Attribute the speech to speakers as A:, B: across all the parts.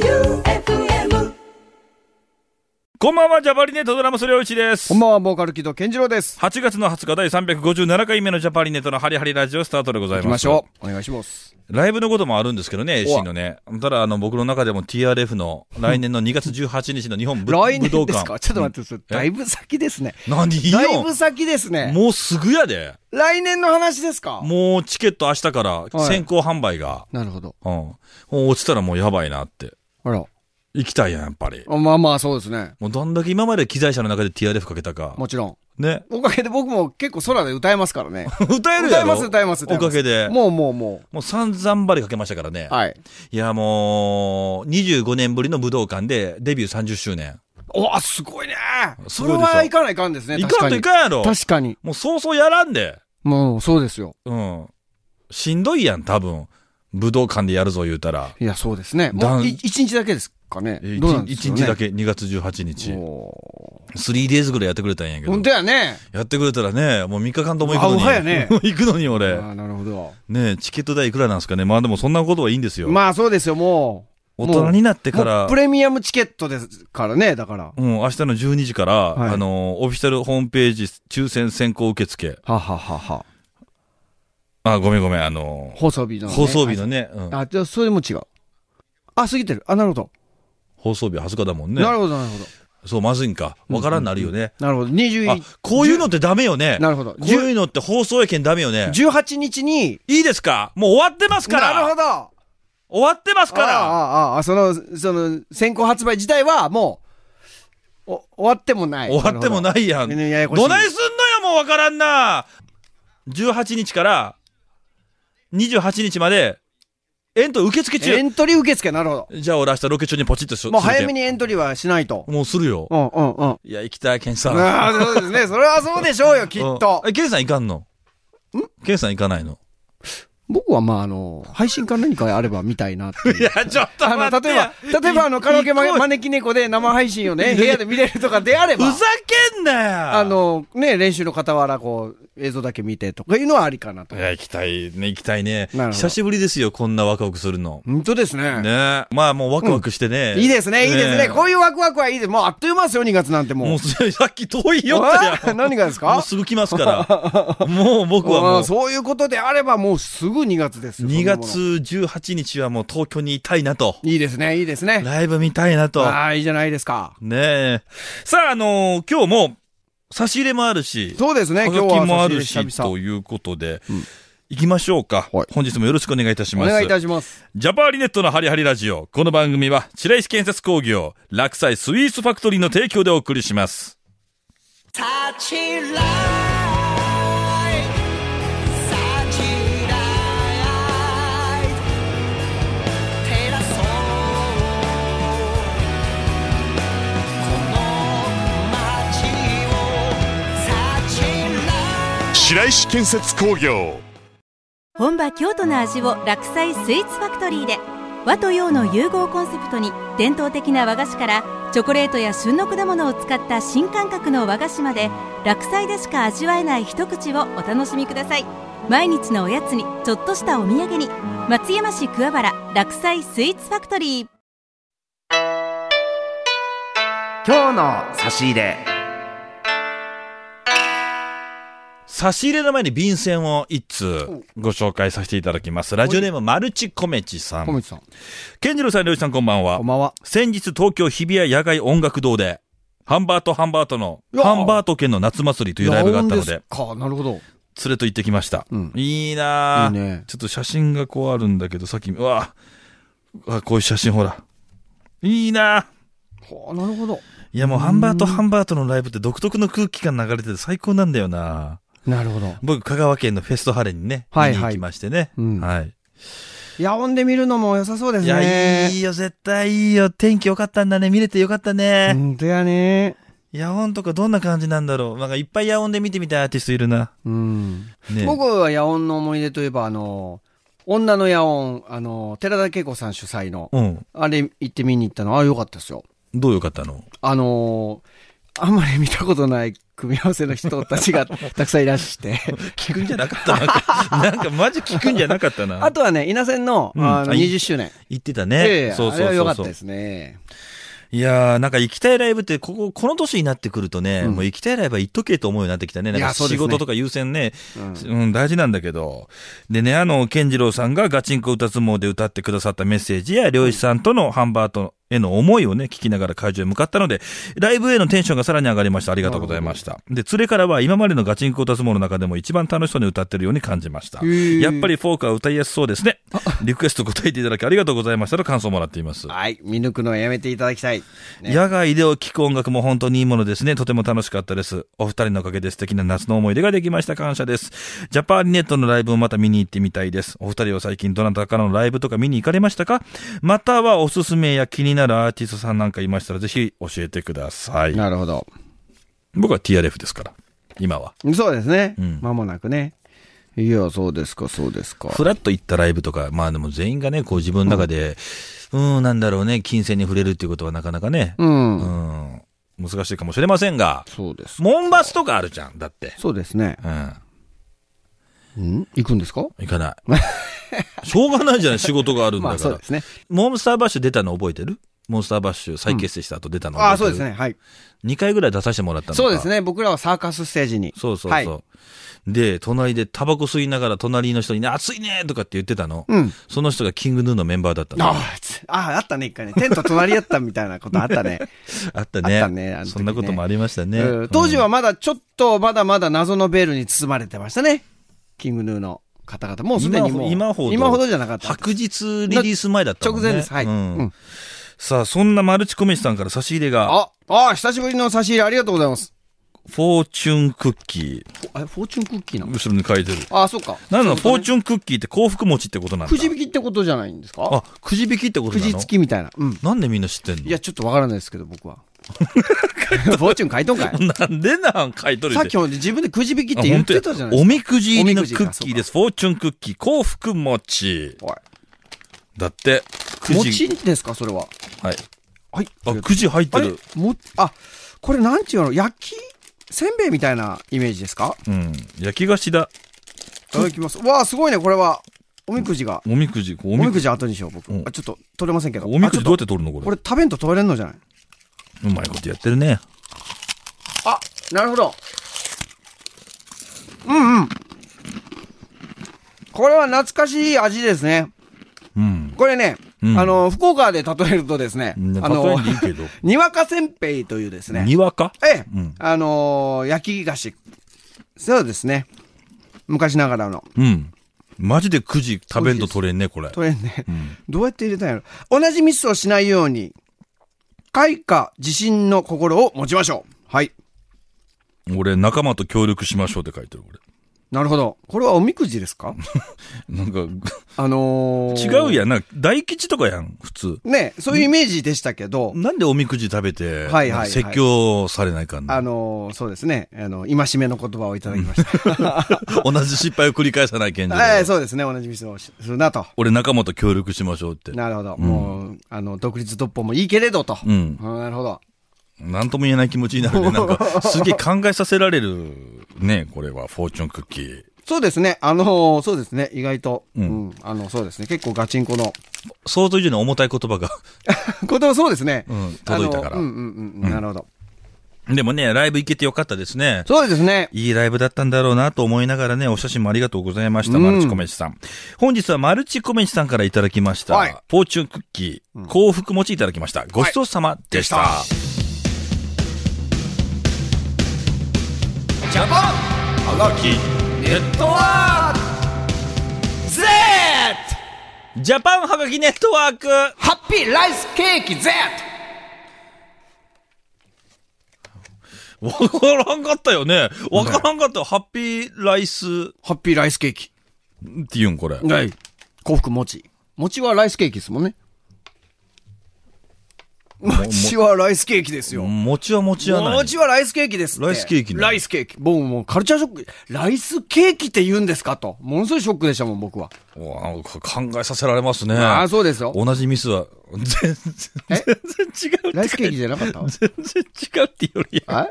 A: J-O-E-U-F-M
B: こんばんは、ジャパリネットドラムス良一です
C: こん。ばんは、ボーカル木戸健次郎です。
B: 8月の20日第357回目のジャパリネットのハリハリラジオスタートでござい
C: 行
B: ます。
C: きましょう。お願いします。
B: ライブのこともあるんですけどね、
C: おわ
B: AC のね。ただ、あの、僕の中でも TRF の来年の2月18日の日本武道
C: 来
B: 館。
C: 年ですかちょっと待ってください。
B: え
C: だいぶ先ですね。
B: 何いい
C: だい
B: よ
C: ぶ先ですね。
B: もうすぐやで。
C: 来年の話ですか
B: もうチケット明日から
C: い
B: 先行販売が。
C: なるほど。
B: うん。もう落ちたらもうやばいなって。
C: あら。
B: 行きたいやん、やっぱり。
C: あまあまあ、そうですね。
B: もうどんだけ今まで機材車の中で TRF かけたか。
C: もちろん。
B: ね。
C: おかげで僕も結構空で歌えますからね。
B: 歌える
C: 歌
B: や
C: え
B: ろ
C: ます、歌えます。歌え
B: お
C: ま
B: か
C: す
B: げで。
C: もうもうも
B: もう散々バリかけましたからね。
C: う。はい。
B: いや、もう、25年ぶりの武道館でデビュー30周年。
C: おあ、すごいね
B: す
C: そ
B: ごい
C: れ
B: でしょ
C: は行かないかんですね。
B: いかんとい
C: ん。
B: かんやろ。
C: 確かに。
B: もうそうそうやらんで。
C: もう、そうですよ。
B: うん。しんどいやん、多分。武道館でやるぞ言うたら。
C: いや、そうですね。
B: だ
C: も
B: ん
C: う、い一日だけですかね。
B: え
C: どうなんで
B: 一
C: す
B: 日一
C: よね
B: 日だ。け、2月18日。
C: お
B: 3days ぐらいやってくれたんやけ
C: ー
B: ど
C: 本。当やね。
B: やってくれたらね、もう3日間とも行くの
C: あ
B: に。
C: おはやね
B: 行くのに
C: あ
B: 俺。
C: ーなるほど。
B: ねえチケット代いくらなんですかね。まあでもそんなことはいいんですよ。
C: まあそうですよ、もう。
B: 大人になって
C: て
B: から
C: プ。レミアムチケットですからね、だから。は
B: うん、明日の12時から、
C: はい
B: あの、オフィシャルホームページ抽選先行受付。
C: はははは。
B: あ、ごめんごめん、あの、
C: 放送日の、ね。
B: 放送日のね、うん
C: はい。あ、じゃあそれも違う。あ、過ぎてる。あ、なるほど。
B: 放送日は20日だもんね
C: な。るほど、なるほど。
B: そう、まずいんか。わからんなるよね。
C: なるほど。21
B: あ、こういうのってダメよね。
C: なるほど
B: こういうのって放送意見ダメよね。
C: 18日に、
B: いいですかもう終わってますから
C: なるほどあ
B: 終わってます
C: あ、
B: から
C: ああ、その、その、先行発売自体はもう、お終わってもない。
B: 終わっても
C: い。
B: ないやん。
C: ねややこしい
B: どないすんのよ、もうわからんな。18日から28日まで、エント受付
C: エ
B: 中。
C: ントリー受付、なるほど。
B: じゃあ俺明日ロケ中にポチッとし
C: もう早め
B: に。
C: にエントリーはしないと。
B: もうするよ
C: う。んうんうん。
B: いや、行きたい、ケンさん。
C: ああ、そうですね。それはそうでしょうよ、きっと
B: うん。え、ケンさん行かんのんケンさん行かないの
C: 僕はまあ、あの、配信か何かあれば見たいなって いう。
B: いや、ちょっと
C: あ
B: 待
C: の、
B: って
C: 例え
B: や
C: ば、例えばあの、カラオケ
B: 行
C: ま
B: こう
C: 招き猫で生配信をね、部屋で見れるとかであれば
B: ふ、ざけんなよ
C: あ、の、ね、練習の傍ら、こう、映像だけ見てとかいうのはありかなと
B: い。や、行きたいね、行きたいね。
C: なるほど
B: 久しぶりですよ、こんなワクワクするの。
C: 本当ですね。
B: ねまあもうワクワクしてね。
C: いいですね、いいですね。こういうワクワクはいいです。もうあっという間ですよ、2月なんてもう。
B: もうすさっき遠いよって
C: あ何がです
B: もう
C: か
B: すぐ来ますから。 もう僕はも
C: あ
B: う
C: ー、そういうことであれば、もうすぐ2月ですよ。
B: 2
C: そんなも
B: 月18日はもう東京にいたいなと。
C: の。いいですね、いいですね。
B: ライブ見たいなと。
C: ああ、いいじゃないですか。
B: ねえ。さあ、あのー今日も差し入れもあるし、
C: そうですね、
B: は
C: 今日は
B: がきもある
C: 久々
B: し、ということで、行きましょうか
C: はい。
B: 本日もよろしくお願いいたし
C: お
B: ます。
C: 願いいたします。
B: ジャパーリネットのハリハリラジオ。この番組は、白石建設工業、落西スイーツファクトリーの提供でお送りします。
A: サチライサチライ照らそうこの街をサチライ
D: 白石建設工業
E: 本場京都の味を落菜スイーツファクトリーで和と洋の融合をコンセプトに伝統的な和菓子からチョコレートや旬の果物を使った新感覚の和菓子まで落菜でしか味わえない一口をお楽しみください毎日のおやつにちょっとしたお土産に松山市桑原落菜スイーツファクトリー
F: 今日の差し入れ
B: 差し入れの前に便箋を一通ご紹介させていただきます。ラジオネームマルチコメチさ
C: 小道
B: ん。
C: さん、
B: ケンジロウさん、りょうじさんこんばんは
C: こん。ばんは。
B: 先日東京日比谷野外音楽堂で、ハンバートハンバートの、
C: うわ
B: ハンバート県の夏祭りというライブがあったの
C: いや
B: で、
C: ほんすか、なるほど。
B: 連れと行ってきました。
C: うん
B: いいなあ
C: いいね
B: ちょっと写真がこうあるんだけど、さっき、うわああこういう写真ほら。いいなあ
C: はあ、なるほど。
B: いやもうハンバートハンバートのライブって独特の空気感流れてて最高なんだよな
C: なるほど。
B: 僕、香川県のフェストハレにね、
C: はい
B: 見に
C: はい
B: 行きましてね。
C: うん
B: はい。
C: 夜音で見るのも良さそうです
B: いや、
C: ね。
B: いいよ、絶対いいよ。天気良かったんだね。見れてよかったね。
C: 本当やね。
B: 野音とかどんな感じなんだろうなんかいっぱい野音で見てみたいアーティストいるな。
C: うん。
B: ね
C: 僕は夜音の思い出といえば、あの、女の夜音、あの、寺田恵子さん主催の、
B: うん。
C: あれ行って見に行ったの、ああ、良かったですよ。
B: どうよかったの
C: あの、あんまり見たことない組み合わせの人たちが たくさんいらして。
B: 聞くんじゃなかったな。なんか、なんかマジ聞くんじゃなかったな。
C: あとはね、稲線の
B: うん
C: あの
B: あいい
C: 20周年。
B: 言ってた
C: ええ
B: ね。そう
C: あれ
B: そう
C: は
B: そ
C: 良か
B: う
C: った
B: そう
C: で。すね。
B: いやー、なんか行きたいライブって、ここ、この年になってくるとね、
C: うん
B: もう行きたいライブは行っとけと思うようになってきたね。なん
C: い
B: か
C: やそう
B: 仕
C: ですね
B: 事とか優先ね、
C: うん
B: うん、大事なんだけど。でね、あの、健次郎さんがガチンコ歌相撲で歌ってくださったメッセージや、漁師さんとのハンバートへの思いをね、聞きながら会場へ向かったので、ライブへのテンションがさらに上がりました。ありがとうございました。で、連れからは今までのガチンコ歌相撲の中でも一番楽しそうに歌ってるように感じました。
C: ー
B: やっぱりフォークは歌いやすそうですね。リクエスト答えていただきありがとうございましたと感想をもらっています。
C: はい。見抜くのはやめていただきたい。ね
B: 野外で聴く音楽も本当にいいものですね。とても楽しかったです。お二人のおかげで素敵な夏の思い出ができました。感謝です。ジャパンネットのライブをまた見に行ってみたいです。お二人は最近どなたかのライブとか見に行かれましたかまたはおすすめや気になるアーティストさんなんかいましたらぜひ教えてください。
C: なるほど。
B: 僕は TRF ですから、今は。
C: そうですね
B: うん。
C: 間もなくね。いや、そうですか、そうですか。
B: フラッと行ったライブとか、まあでも全員がね、こう自分の中で、うん、ん、なんだろうね、金銭に触れるっていうことはなかなかね、
C: う。
B: うんん、難しいかもしれませんが、
C: そうです。
B: モンバスとかあるじゃん、だって。
C: そうですね。
B: うん。
C: うん行くんですか
B: 行かない。 しょうがないじゃない、仕事があるん
C: ま
B: だ
C: あ、
B: か
C: そう
B: ら
C: で。すね。
B: モンスターバッシュ出たの覚えてるモンスターバッシュ再結成した後出たの覚
C: あ
B: え
C: あ、
B: て
C: そ
B: る
C: うですね。。はい。
B: 2回ぐらい出させてもらったのか
C: そうです。ね。僕らはサーカスステージに。
B: そうそうそう。
C: はい
B: で、隣でタバコ吸いながら隣の人にね、暑いねとかって言ってたの。
C: うん。
B: その人がキングヌーのメンバーだったの。
C: ああつああ、あったね、一回ね。テント隣やったみたいなことあった ね。
B: あったね。
C: あったねあの時ね
B: そんなこともありましたね。
C: う
B: うんん
C: 当時はまだちょっと、まだまだ謎のベールに包まれてましたね。キングヌーの方々。もうすでにもう
B: 今ほど
C: 今ほどじゃなかった。
B: 白日リリース前だったも
C: 直
B: んね。
C: 前です。はい。
B: う
C: うんん。
B: さあ、そんなマルチコメシさんから差し入れが、
C: あ、ああ、久しぶりの差し入れありがとうございます。
B: フォーチュンクッキ
C: あれ、フォーチュンクッキーな
B: ー。
C: の
B: 後ろに書いてる。
C: ああ、そうか。
B: なんだ、フォー
C: ュン
B: チュンクッキーって幸福餅ってことなんだ。
C: くじ引きってことじゃないんですか
B: あ、くじ引きってこと
C: く
B: なの
C: じ付きみたいな。うん。
B: なんでみんな知ってん
C: い
B: の
C: や、ちょっとわからないですけど、僕は。フォーチュン書いとんかい
B: なんでなん書いとる
C: さっき
B: っ
C: も自分でくじ引きって言ってたじゃないで
B: お
C: すか。
B: みくじ入りのクッキーです。フォーチュンクッキー、幸福餅。
C: お
B: だって、く
C: い。
B: じ。
C: 餅ですか、それは。
B: はい。
C: はい。
B: あ、くじ入って
C: あれ
B: る。
C: も、あ、これなんちゅうの焼きせんべいみたいなイメージですか
B: うん。焼き菓子だ。
C: いただきます。わあ、すごいね、これは。おみくじが。
B: おみくじ、お
C: おみく
B: じ。
C: じ後にしよう、僕。
B: うん
C: あ、ちょっと取れませんけど。
B: おみくじ
C: あ
B: どうやっ
C: ち
B: て
C: ょ
B: 取るの
C: っと
B: こ
C: こ
B: れ。
C: れ食べんと取れんのじゃないう
B: まいことやってるね。
C: あ、なるほど。うんうん。これは懐かしい味ですね。
B: うん。
C: これね、
B: うん
C: あの、福岡で例えるとですね、
B: うん
C: あ
B: 例え
C: の
B: んでいいけど、
C: にわかせんべいというですね、
B: にわか
C: ええ、
B: うん
C: あのー焼き菓子。そうですね。昔ながらの。
B: うん。マジでくじ食べんと取れんね、これ。
C: とりあえずね、どうやって入れたんやろ。同じミスをしないように、開花自信の心を持ちましょう。はい。
B: 俺、仲間と協力しましょうって書いてる、これ。
C: なるほど。これはおみくじですか
B: なんか、
C: あの ー、
B: 違うやん。なんか、大吉とかやん、普通。
C: ね、そういうイメージでしたけど、
B: なんでおみくじ食べて、
C: はいはいはい
B: 説教されないかんの
C: あのーそうですね、あの、戒めの言葉をいただきました。
B: 同じ失敗を繰り返さないけんじゃ
C: は
B: ない
C: い、そうですね、同じミスをしするなと。
B: 俺仲間と協力しましょうって。
C: なるほど。もう、あの、独立独歩もいいけれどと。
B: うん
C: あーなるほど。
B: なんとも言えない気持ちになるね。なん か、すげえ考えさせられる、ね、これは、フォーチュンクッキー。
C: そうですね、あのーそうですね、意外と。
B: う
C: うんん。あの、そうですね、結構ガチンコの。
B: 想像以上に重たい言葉が。
C: ことはそうですね。
B: うん届いたから
C: あのうんうんうん。なるほど。
B: でもね、ライブ行けてよかったですね。
C: そうですね。
B: いいライブだったんだろうなと思いながらね、お写真もありがとうございました、
C: うん
B: マルチコメシさん。本日はマルチコメシさんからいただきました、
C: はい
B: フォーチュンクッキー、幸福餅いただきました。ごちそうさまでした。
A: ジャパン
B: はがきネットワー
A: Z
B: クジャパンはがきネットワーク
A: ハッピーライスケーキ Z
B: わからんかったよね。わからんかったよ。ハッピーライスっ
C: ハッピーライスケーキ。
B: て言うん、これ。
C: はい。幸福餅。餅はライスケーキですもんね。餅はライスケーキですよ。
B: 餅は餅はない。
C: 餅はライスケーキですって。
B: ライスケーキね
C: ライスケーキ。僕もうカルチャーショック。ライスケーキって言うんですかと。ものすごいショックでしたもん、僕は。
B: うわなんか考えさせられますね。
C: ああ、そうですよ。
B: 同じミスは、全然、全然違う。
C: ライスケーキじゃなかった
B: 全然違うってより
C: あ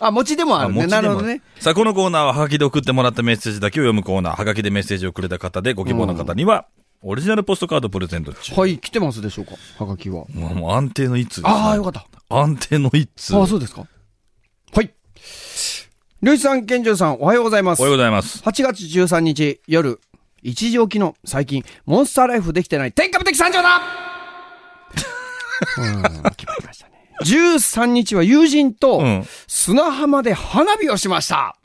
C: あ、餅でもあるね。
B: 餅で
C: な
B: も
C: るほどね。
B: さあ、このコーナーはハガキで送ってもらったメッセージだけを読むコーナー。ハガキでメッセージをくれた方でご希望の方には、オリジナルポストカードプレゼント中。
C: はい、来てますでしょうかはがきは。
B: もうもう安定の一通ですね、
C: ああ、よかった。
B: 安定の一通。
C: あ
B: お
C: あ、
B: はよ
C: そうですか。はい。りょうしさん、健常さん、おはようございます
B: う。ございます。
C: 8月13日夜、一時起きの最近、モンスターライフできてない天下無敵参上だうん決まりましたね。13日は友人と
B: うん
C: 砂浜で花火をしました。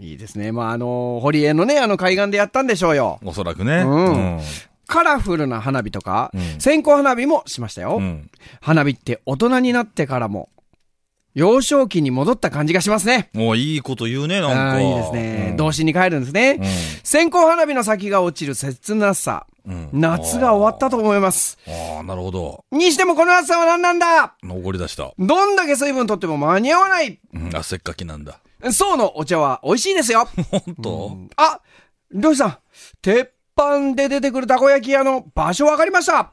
C: いいですね。まあ、あの、堀江のね、あの海岸でやったんでしょうよ。
B: おそらくね。
C: んカラフルな花火とか、
B: うん
C: 線香花火もしましたよ。
B: うんうん
C: 花火って大人になってからも、幼少期に戻った感じがしますね。
B: もういいこと言うね、なん
C: あ
B: か。
C: ーいいですね。
B: うん
C: 童心に帰るんですね。
B: うん
C: 線香花火の先が落ちる切なさ。
B: うん
C: 夏が終わったと思います。
B: ああ、なるほど。
C: にしてもこの暑さは何なんだ
B: 残り出した。
C: どんだけ水分取っても間に合わない
B: うん、汗っかきなんだ。
C: 層のお茶は美味しいです よ
B: 本当
C: あ漁師さん、鉄板で出てくるたこ焼き屋の場所わかりました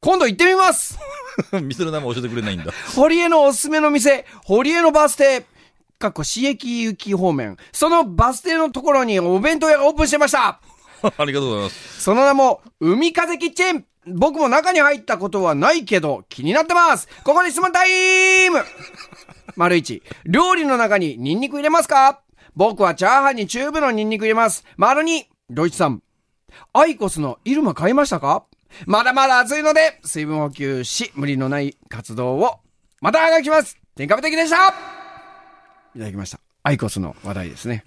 C: 今度行ってみます
B: 店の名前教えてくれないんだ。
C: 堀江のおすすめの店、堀江のバス停、かっこ市駅行き方面、そのバス停のところにお弁当屋がオープンしてました
B: ありがとうございます。
C: その名も、海風キッチン僕も中に入ったことはないけど、気になってますここで質問タイム丸一、料理の中にニンニク入れますか僕はチャーハンにチューブのニンニク入れます。丸二、ドイツさん。アイコスのイルマ買いましたかまだまだ暑いので、水分補給し、無理のない活動を。またがきます天下無敵でしたいただきました。アイコスの話題ですね。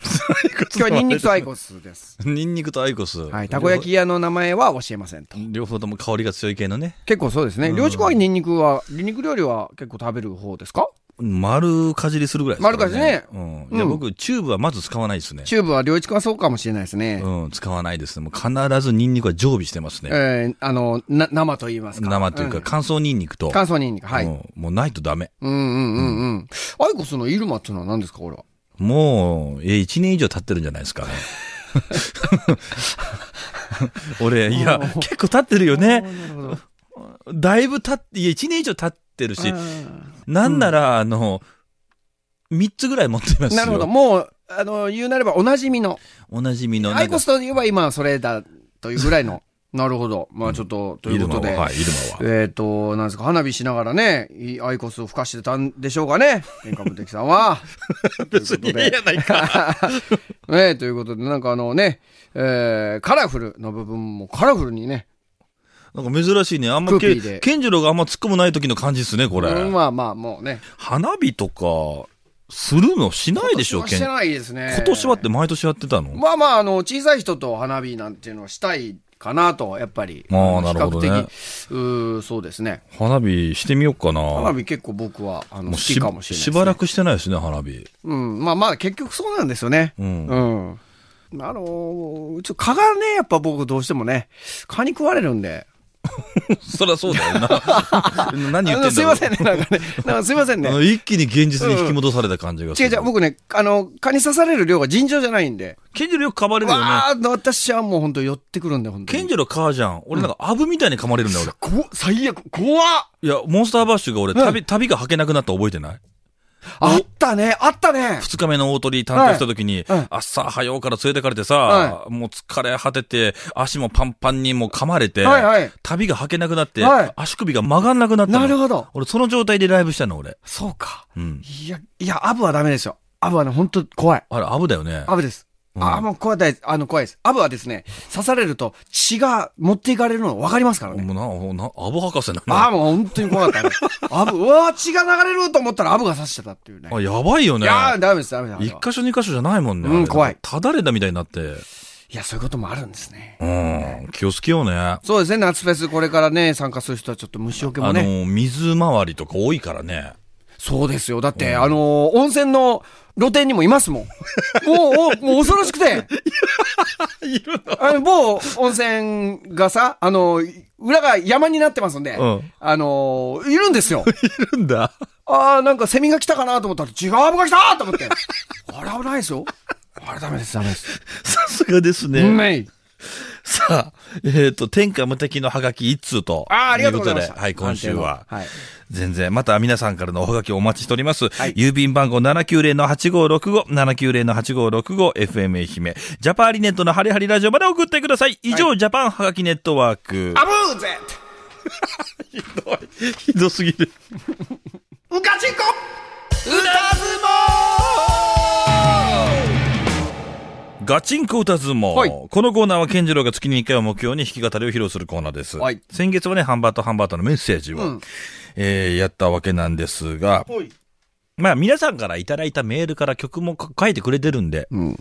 C: 今日はニンニク とアイコスです。
B: ニンニクとアイコス。
C: はい、たこ焼き屋の名前は教えませんと。
B: 両方とも香りが強い系のね。
C: 結構そうですね。
B: ん
C: 領事はニンニクは、ニンニク料理は結構食べる方ですか
B: 丸かじりするぐらいですから
C: 丸かじり
B: ね
C: ね。
B: うん。で、
C: うん
B: 僕、チューブはまず使わないですね。
C: チューブは領事はそうかもしれないですね。
B: うん、使わないですね。もう必ずニンニクは常備してますね。
C: えー、あの、な、生と言いますか。
B: 生というか、
C: ん
B: 乾燥ニンニクと。
C: 乾燥ニンニク。はい。
B: う
C: うん
B: んもうないとダメ。
C: うんうんうん。アイコスのイルマっていうのは何ですかこれは。
B: もう、え、1年以上経ってるんじゃないですか ね。俺、いや、結構経ってるよね。だいぶ経って、いや、1年以上経ってるし、なんなら、あの、3つぐらい持ってますよ。
C: なるほど。もう、あの、言うなればおなじみの。
B: おなじみの
C: ア
B: なん
C: イ
B: か
C: コスといえば今はそれだというぐらいの。なるほど。まあちょっと、ということで。
B: イルマは、はい、イルマは。
C: えっ、と、なんですか、花火しながらね、いいアイコスを吹かしてたんでしょうかね、天下無敵さん は。別にいいやない か。ねということで、なんかあのね、えー、カラフルの部分もカラフルにね、
B: なんか珍しいね。あんま
C: クー
B: け、
C: ピーで
B: 健次郎があんま突っ込むない時の感じですね、これ。
C: うんまあまあ、もうね。
B: 花火とか、するのしないでしょ、
C: 今
B: 健
C: 年はし
B: 今
C: てないですね。
B: 年はって毎年やってたの
C: まあまあ、あの、小さい人と花火なんていうのをしたいかなと、やっぱり。
B: あーなるほどね
C: 比較的、うーそうですね。
B: 花火してみようかな。
C: 花火結構僕は、あ
B: も
C: の、好
B: うし
C: きかもしれないです
B: し
C: ね、
B: ばらくしてないですね、花火。
C: うん、まあまあ結局そうなんですよね。
B: うん
C: うん。あのーちょっと蚊がね、やっぱ僕どうしてもね、蚊に食われるんで。
B: そりゃそうだ よな。何言
C: あ
B: ってんだろう
C: のすいませんね、なんかね。なんかすいませんね
B: あ。の一気に現実に引き戻された感じがす
C: 違う
B: る。
C: 違う、僕ね、あの、蚊に刺される量が尋常じゃないんで。
B: ケンジロよく噛まれるよね。
C: わーっと私はもう本当寄ってくるんで、本当
B: ケン
C: に。
B: ジロ噛じゃん。俺なんかアブみたいに噛まれるんだよ、
C: こ最悪、怖っ
B: 俺。いや、モンスターバッシュが俺、旅、旅が履けなくなった覚えてない
C: あったね、あったね。
B: 二日目の大鳥担当した時に、
C: はいはい
B: 朝早うから連れてかれてさ、
C: は
B: もう疲れ果てて、足もパンパンにもう噛まれて、
C: はいはい
B: 旅が履けなくなって、
C: はい
B: 足首が曲がんなくなったの。
C: なるほど
B: 俺その状態でライブしたの、俺。
C: そうか。
B: うん。
C: いや、いや、アブはダメですよ。アブはね、本当怖い。
B: あれ、アブだよね。
C: アブです。
B: うん
C: あ、もう怖いです。あの、怖いです。アブはですね、刺されると血が持っていかれるの分かりますからね。
B: もうな、な、アブ博士なの
C: ああ、もう本当に怖 かったね。アブ、うわー血が流れると思ったらアブが刺してたっていうね。
B: あ、やばいよ
C: い
B: ね。
C: やー、ダメです、ダメです。
B: 一箇所二箇所じゃないもんね。
C: うん
B: あれ
C: 怖い
B: ただれたみたいになって。
C: いや、そういうこともあるんですね。
B: うん。気をつけようね。あ
C: そうですね、夏フェスこれからね、参加する人はちょっと虫除けも
B: の
C: ね。
B: ー、水回りとか多いからね。
C: そうですよ。だって、あのー温泉の露店にもいま すもん。もう、おもう恐ろしくて。あの、某温泉がさ、あのー裏が山になってますんで、
B: うん
C: あのーいる んですよ。
B: いるんだ。
C: ああ、なんかセミが来たかなと思ったら、違うアブが来たと思って。あれ危ないですよ。あれダメです、ダメです。
B: さすがですね。
C: うんめい。
B: さあ、えっ、と、天下無敵のハガキ一通と。
C: あーありがとうございました
B: うことではい、今週は。
C: 判定のはい
B: 全然、また皆さんからのおハガキお待ちしております。
C: い
B: 郵便番号790-8565、790-8565、FM 愛媛、ジャパーリネットのハリハリラジオまで送ってください。以上、ジャパンハガキネットワーク。
C: アブーゼ
B: ひどい。ひどすぎる。
C: うかちこ歌相撲
B: ガチンコ歌相撲。
C: はい
B: このコーナーは健次郎が月に1回を目標に弾き語りを披露するコーナーです。
C: はい
B: 先月はね、ハンバートハンバートのメッセージを、
C: うん
B: えーやったわけなんですが、まあ皆さんからいただいたメールから曲も書いてくれてるんで、
C: ん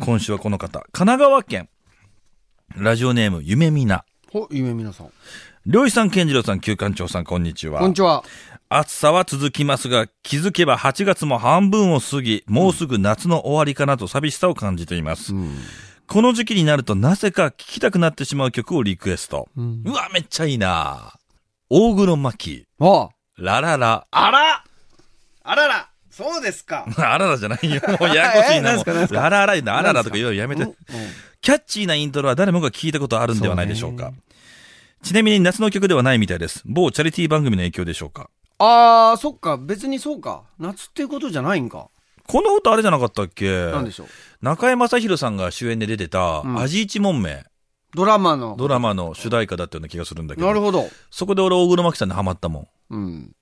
B: 今週はこの方、神奈川県、ラジオネーム、夢みな。
C: ほ、ゆめみなさん。
B: 漁師さん、健次郎さん、旧館長さん、こんにちは。
C: こんにちは。
B: 暑さは続きますが、気づけば8月も半分を過ぎ、もうすぐ夏の終わりかなと寂しさを感じています。この時期になるとなぜか聴きたくなってしまう曲をリクエスト。うわ、めっちゃいいな大黒摩季、
C: あ
B: ラララ。
C: あらあららそうですか。
B: あららじゃ ないよ。もうややこしい
C: えな
B: な。
C: ん
B: も
C: すかなん
B: う
C: すか
B: ラララ言うな、あららとか言うのやめて
C: うん。
B: キャッチーなイントロは誰もが聞いたことあるんではないでしょうか。ちなみに夏の曲ではないみたいです。某チャリティー番組の影響でしょうか。
C: あー、そっか、別にそうか。夏っていうことじゃないんか。
B: この歌あれじゃなかったっけ
C: なんでしょう。
B: 中江正宏さんが主演で出てた、
C: ん
B: アジ一問目、
C: ドラマの。
B: ドラマの主題歌だったような気がするんだけど。
C: なるほど。
B: そこで俺、大黒摩季さんにハマったもん。
C: うん。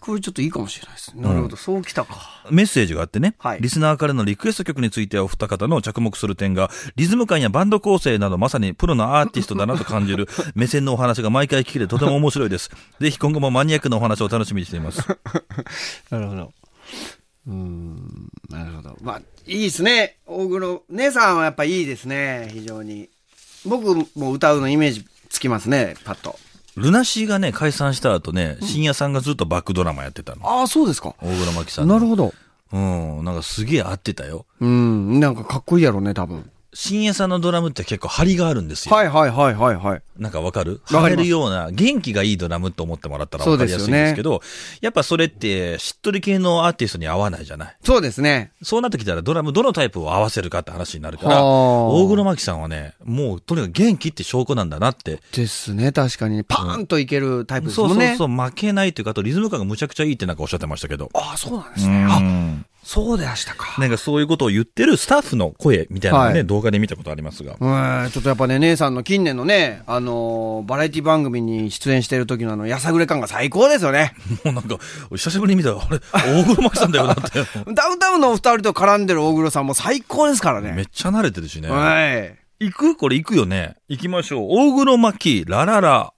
C: これちょっといいかもしれないですね。なるほど、そうきたか。
B: メッセージがあってね、
C: はい
B: リスナーからのリクエスト曲についてお二方の着目する点が、リズム感やバンド構成などまさにプロのアーティストだなと感 じる目線のお話が毎回聞けてとても面白いです。ぜひ今後もマニアックなお話を楽しみにしています。
C: なるほど。うーん、なるほど。まあ、いいですね。大黒姉さんはやっぱいいですね。非常に。僕も歌うのイメージつきますね、パッと。
B: ルナシーがね、解散した後ね、深夜さんがずっとバックドラマやってたの。
C: ああ、そうですか。
B: 大黒摩季さんの
C: なるほど。
B: うん、なんかすげえ合ってたよ。
C: うん、なんかかっこいいやろうね、多分。
B: 深夜さんのドラムって結構張りがあるんですよ。
C: はいはいはいはいはい。
B: なんかわかる
C: わかります
B: われるような、元気がいいドラムと思ってもらったらわかりやすいんですけど、やっぱそれって、しっとり系のアーティストに合わないじゃない。
C: そうですね。
B: そうなってきたらドラムどのタイプを合わせるかって話になるか
C: は
B: ら、
C: あ
B: 大黒摩季さんはね、もうとにかく元気って証拠なんだなって。
C: ですね、確かに。パーンといけるタイプです
B: そう
C: も
B: んそ
C: ね。
B: うそう、負けないというか、あとリズム感がむちゃくちゃいいってなんかおっしゃってました けど。
C: ああ、そうなんですね。あ、そうでしたか。
B: なんかそういうことを言ってるスタッフの声みたいなのをね、
C: はい
B: 動画で見たことありますが。
C: うーん、ちょっとやっぱね、姉さんの近年のね、あのーバラエティ番組に出演してる時のあの、やさぐれ感が最高ですよね。
B: もうなんか、久しぶりに見たら、あれ、大黒摩季さんだよなって。
C: ダウンタウンのお二人と絡んでる大黒さんも最高ですから
B: め
C: ね。
B: っちゃ慣れてるしね。
C: はい。
B: 行くこれ行くよね。行きましょう。大黒摩季、ラララ。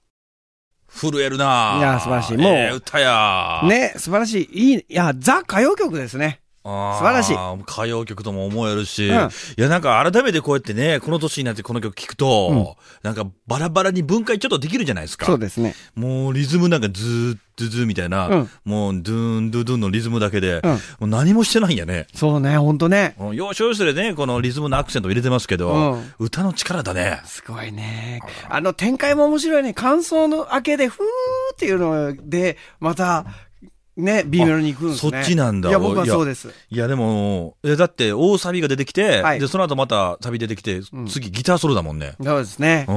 B: 震えるない
C: いや素晴らしいもう
B: ええ歌や。。
C: ね、素晴らしい。いい、いや、ザ歌謡曲ですね。
B: 素
C: 素晴らしい
B: 歌謡曲とも思えるし、
C: うん
B: いやなんか改めてこうやってね、この年になってこの曲聴くと、なんかバラバラに分解ちょっとできるじゃないですか。
C: そうですね。
B: もうリズムなんかズーッドゥズーみたいな、
C: うん
B: もうドゥーンドゥドゥンのリズムだけで、
C: うん
B: もう何もしてないんやね。
C: そうね、ほんとね。
B: うん要所要所でね、このリズムのアクセントを入れてますけど、
C: うん
B: 歌の力だね。
C: すごいね。あの展開も面白いね。感想の明けで、ふーっていうので、また、ね、B メロに行くんですね。
B: あそっちなんだ
C: いや、僕
B: お
C: はい
B: や
C: そうです。
B: いや、でも、えだって、大サビが出てきて、
C: はい
B: で、その後またサビ出てきて、次ギターソロだもんね。
C: そうですね
B: う。ん。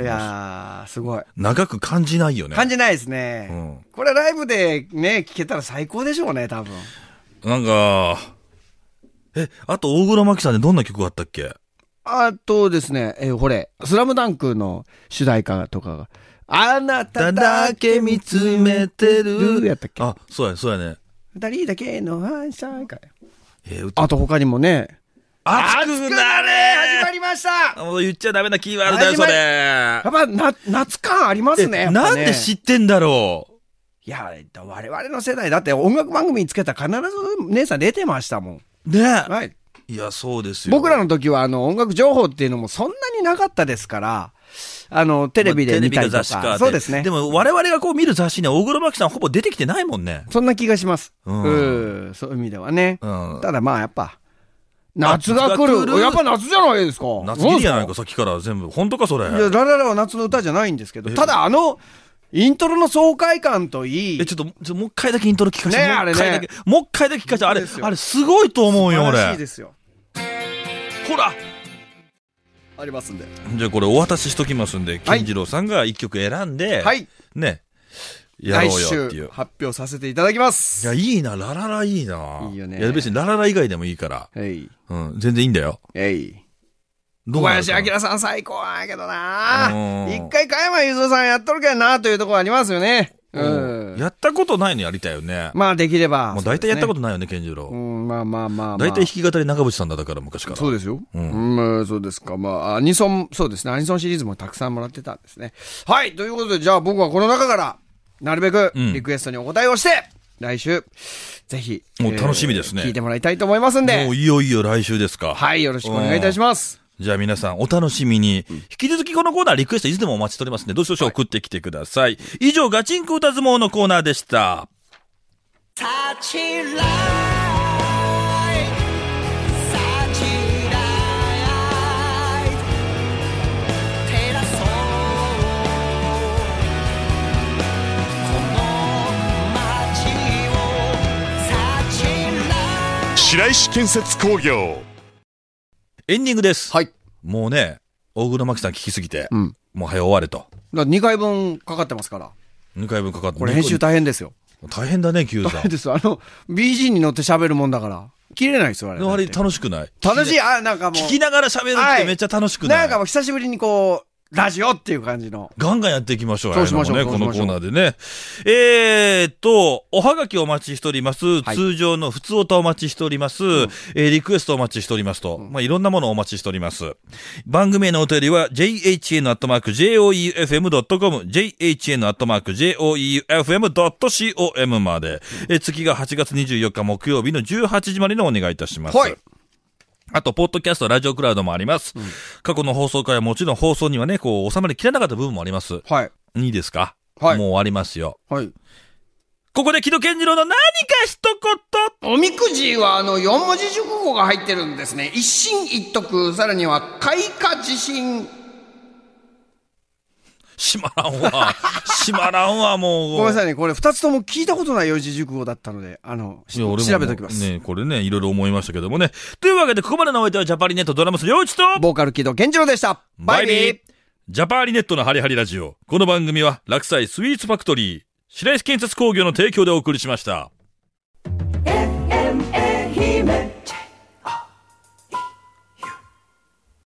C: いやー、すごい。
B: 長く感じないよね。
C: 感じないですね。
B: うん
C: これライブでね、聞けたら最高でしょうね、多分。
B: なんか、え、あと、大黒摩季さんでどんな曲があったっけ
C: あとですね、えーほれ、スラムダンクの主題歌とかが、あなただけ見つめてる、やったっけ
B: あ、そうやね、そうやね。
C: 二人だけの反射か。
B: えー歌、
C: あと他にもね、
B: 熱くな
C: 始ま
B: れ
C: りました
B: もう言っちゃダメなキーワードだよ、それ
C: やっ。ぱな、夏感ありますね。
B: え
C: やっぱ
B: なん
C: ね
B: で知ってんだろう
C: いや、我々の世代だって音楽番組につけたら必ず姉さん出てましたもん。
B: ね
C: はい。
B: いや、そうですよ。
C: 僕らの時はあの音楽情報っていうのもそんなになかったですから、あの、テレビで見たり
B: ま
C: と
B: あテレビか雑誌
C: か。
B: か。
C: そうですね
B: で。も我々がこう見る雑誌には大黒摩季さんほぼ出てきてないもんね。
C: そんな気がします。う
B: うん
C: ん、そういう意味ではね。
B: うん
C: ただまあやっぱ、夏が来
B: 夏が来
C: る。
B: る
C: やっぱ夏じゃないですか。
B: 夏切りやない
C: ど
B: か、
C: うです
B: さっきから全部。本当か、それ。
C: いや、ラララは夏の歌じゃないんですけど、ただあの、イントロの爽快感といい、
B: え、ちょっと、ちょっともう一回だけイントロ聞かせて。
C: ねえ
B: もう一回だけ
C: あれ
B: もう一回だけ聞かせて。あれ
C: です、よ
B: あれ、すごいと思うよ、
C: 素晴らしい
B: 俺
C: で。すよ。
B: ほら
C: ありますんで。
B: じゃあこれお渡ししときますんで、
C: はい
B: 金次郎さんが一曲選んで、
C: はい。
B: ね、やろ
C: 来
B: うよってい
C: 週
B: う。
C: 発表させていただきます。
B: いや、いいな、ラララいいな。
C: いいよね
B: や、別にラララ以外でもいいから。
C: えい、
B: うん、全然いいんだよ。
C: えい。
B: ど
C: 小
B: うなるか
C: 林
B: な
C: 明さん最高なんやけどな
B: うん
C: 一回加山雄三さんやっとるけどなというところありますよね。うん。
B: やったことないのやりたいよね。
C: まあできれば。。
B: もう大体やったこととないよね、健次郎
C: う。ん、まあまあまあ、まあ。
B: 大体弾き語り長渕さんだだから、昔から。
C: そうですよ。
B: う
C: う
B: ん
C: ん、まあそうですか。まあ、アニソン、そうですね。アニソンシリーズもたくさんもらってたんですね。はい。ということで、じゃあ僕はこの中から、なるべく
B: うん
C: リクエストにお答えをして、来週、ぜひ、
B: もう楽しみですね
C: 聞いてもらいたいと思いますんで
B: もう、いよいよ来週ですか。
C: はい。よろしくお願いいたします。
B: じゃあ皆さんお楽しみに。引き続きこのコーナーリクエストいつでもお待ちしておりますんで、どうしどし送ってきてください。以上、ガチンコ歌相撲のコーナーでした。
D: 白石建設工業
B: エンディングです。
C: はい。
B: もうね、大黒摩季さん聞きすぎて、
C: ん
B: もう早終われと。
C: だ2回分かかってますから。
B: 2回分かかって
C: これ編集大変ですよ。
B: 大変だね、キュー
C: 大
B: さ
C: 変
B: ん。
C: です。あの、BG に乗って喋るもんだから。切れないですよ、あれ。
B: あれ
C: だって
B: 楽しくない
C: 楽しい。あ、なんかもう。
B: 聞きながら喋るってめっちゃ楽しくな
C: ないんかもう久しぶりにこう、ラジオっていう感じの。
B: ガンガンやっていきましょう。
C: そうしましょう
B: ああいのもね、
C: そ
B: こ
C: うしましょう
B: のコーナーでね。えーっと、おはがきお待ちしております。
C: い
B: 通常の普通歌お待ちしております。えーリクエストお待ちしておりますと、まあ、いろんなものをお待ちしております。番組へのお便りは、jhn.joeufm.com、jhn.joeufm.com まで、えー月が8月24日木曜日の18時までのお願いいたします。
C: はい。
B: あと、ポッドキャスト、ラジオクラウドもあります。過去の放送回はもちろん放送にはね、こう、収まりきれなかった部分もあります。
C: はい。
B: いいですか
C: はい
B: もう終わりますよ。
C: はい。
B: ここで木戸健次郎の何か一
C: おみくじはあの四文字熟語が入ってるんですね一心一徳さらには開花自信
B: 言しまらん わ。しまらんわ、もう。
C: ごめんなさ
B: い。
C: いねこれ二つとも聞いたことない四字熟語だったのであのし
B: や
C: 調
B: 俺も
C: べておきます、
B: ねこれね、いろいろ思いましたけどもね。というわけで、ここまでのお相手はジャパリネットドラムス両一と、
C: ボーカル木戸健次郎でしたバイビー
B: ジャパーリネットのハリハリラジオ。この番組は、落栽スイーツファクトリー、白石建設工業の提供でお送りしました。